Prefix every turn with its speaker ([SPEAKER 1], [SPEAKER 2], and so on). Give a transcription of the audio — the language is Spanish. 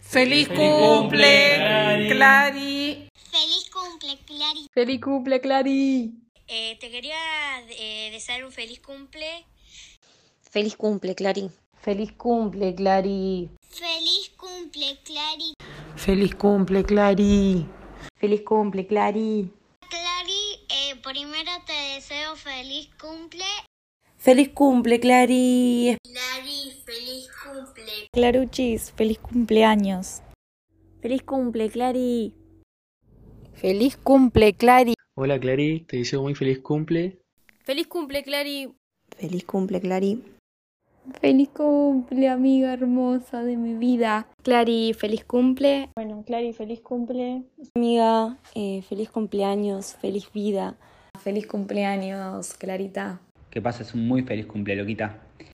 [SPEAKER 1] Feliz cumple, Clary.
[SPEAKER 2] Feliz cumple, Clary.
[SPEAKER 3] ¡Feliz cumple, Clary!
[SPEAKER 2] Eh, te quería eh, desear un feliz cumple.
[SPEAKER 4] Feliz cumple, Clarín.
[SPEAKER 5] Feliz cumple, Clary.
[SPEAKER 2] Feliz cumple, Clary.
[SPEAKER 1] Feliz cumple, Clary.
[SPEAKER 5] Feliz cumple, Clary.
[SPEAKER 2] Clary, eh, primero te deseo feliz cumple.
[SPEAKER 5] Feliz cumple, Clary.
[SPEAKER 2] Clary, feliz cumple.
[SPEAKER 6] Claruchis, feliz cumpleaños.
[SPEAKER 5] Feliz cumple, Clary.
[SPEAKER 3] ¡Feliz cumple, Clary!
[SPEAKER 7] Hola Clary, te deseo muy feliz cumple.
[SPEAKER 3] ¡Feliz cumple, Clary!
[SPEAKER 4] Feliz cumple, Clarín.
[SPEAKER 3] ¡Feliz cumple, amiga hermosa de mi vida! Clary, feliz cumple.
[SPEAKER 6] Bueno, Clary, feliz cumple.
[SPEAKER 4] Amiga, eh, feliz cumpleaños, feliz vida.
[SPEAKER 3] Feliz cumpleaños, Clarita.
[SPEAKER 8] Que pases un muy feliz cumple, loquita.